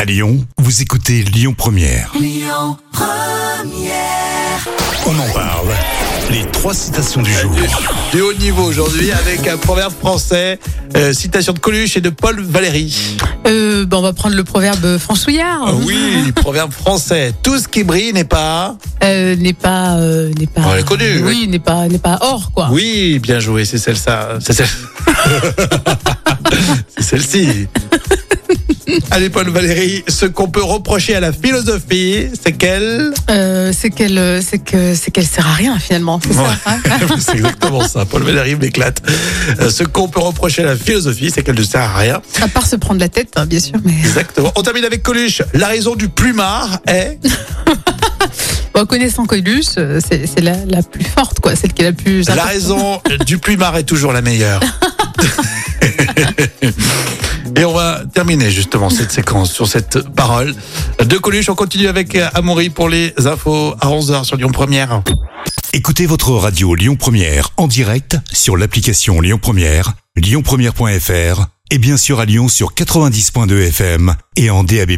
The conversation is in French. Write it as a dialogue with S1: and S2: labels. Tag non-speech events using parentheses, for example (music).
S1: À Lyon, vous écoutez Lyon Première. On en parle. Les trois citations du jour.
S2: du haut niveau aujourd'hui avec un proverbe français, euh, citation de Coluche et de Paul Valéry.
S3: Euh, ben, on va prendre le proverbe françouillard.
S2: Ah oui, (laughs) proverbe français. Tout ce qui brille n'est pas.
S3: Euh, n'est pas, euh, n'est pas.
S2: On l'a connu,
S3: Oui, n'est pas, n'est pas or quoi.
S2: Oui, bien joué, c'est celle ça. Ah. C'est celle. (laughs) c'est celle-ci. Allez, Paul Valéry, ce qu'on peut reprocher à la philosophie, c'est qu'elle.
S3: Euh, c'est qu'elle, euh, c'est que, c'est qu'elle sert à rien finalement. c'est ça, hein
S2: (laughs) c'est exactement ça. Paul Valéry m'éclate. Euh, Ce qu'on peut reprocher à la philosophie, c'est qu'elle ne sert à rien.
S3: à part se prendre la tête, hein, bien sûr, mais
S2: Exactement. On termine avec Coluche. La raison du plumard est.
S3: bon, connaissant Coluche, euh, c'est, c'est la, la plus forte quoi, celle qui est la plus.
S2: La raison du plumard est toujours la meilleure. Et on va terminer justement cette séquence sur cette parole de Coluche. On continue avec Amaury pour les infos à 11h sur Lyon Première.
S1: Écoutez votre radio Lyon Première en direct sur l'application Lyon Première, lyonpremière.fr et bien sûr à Lyon sur 90.2 FM et en DAB+.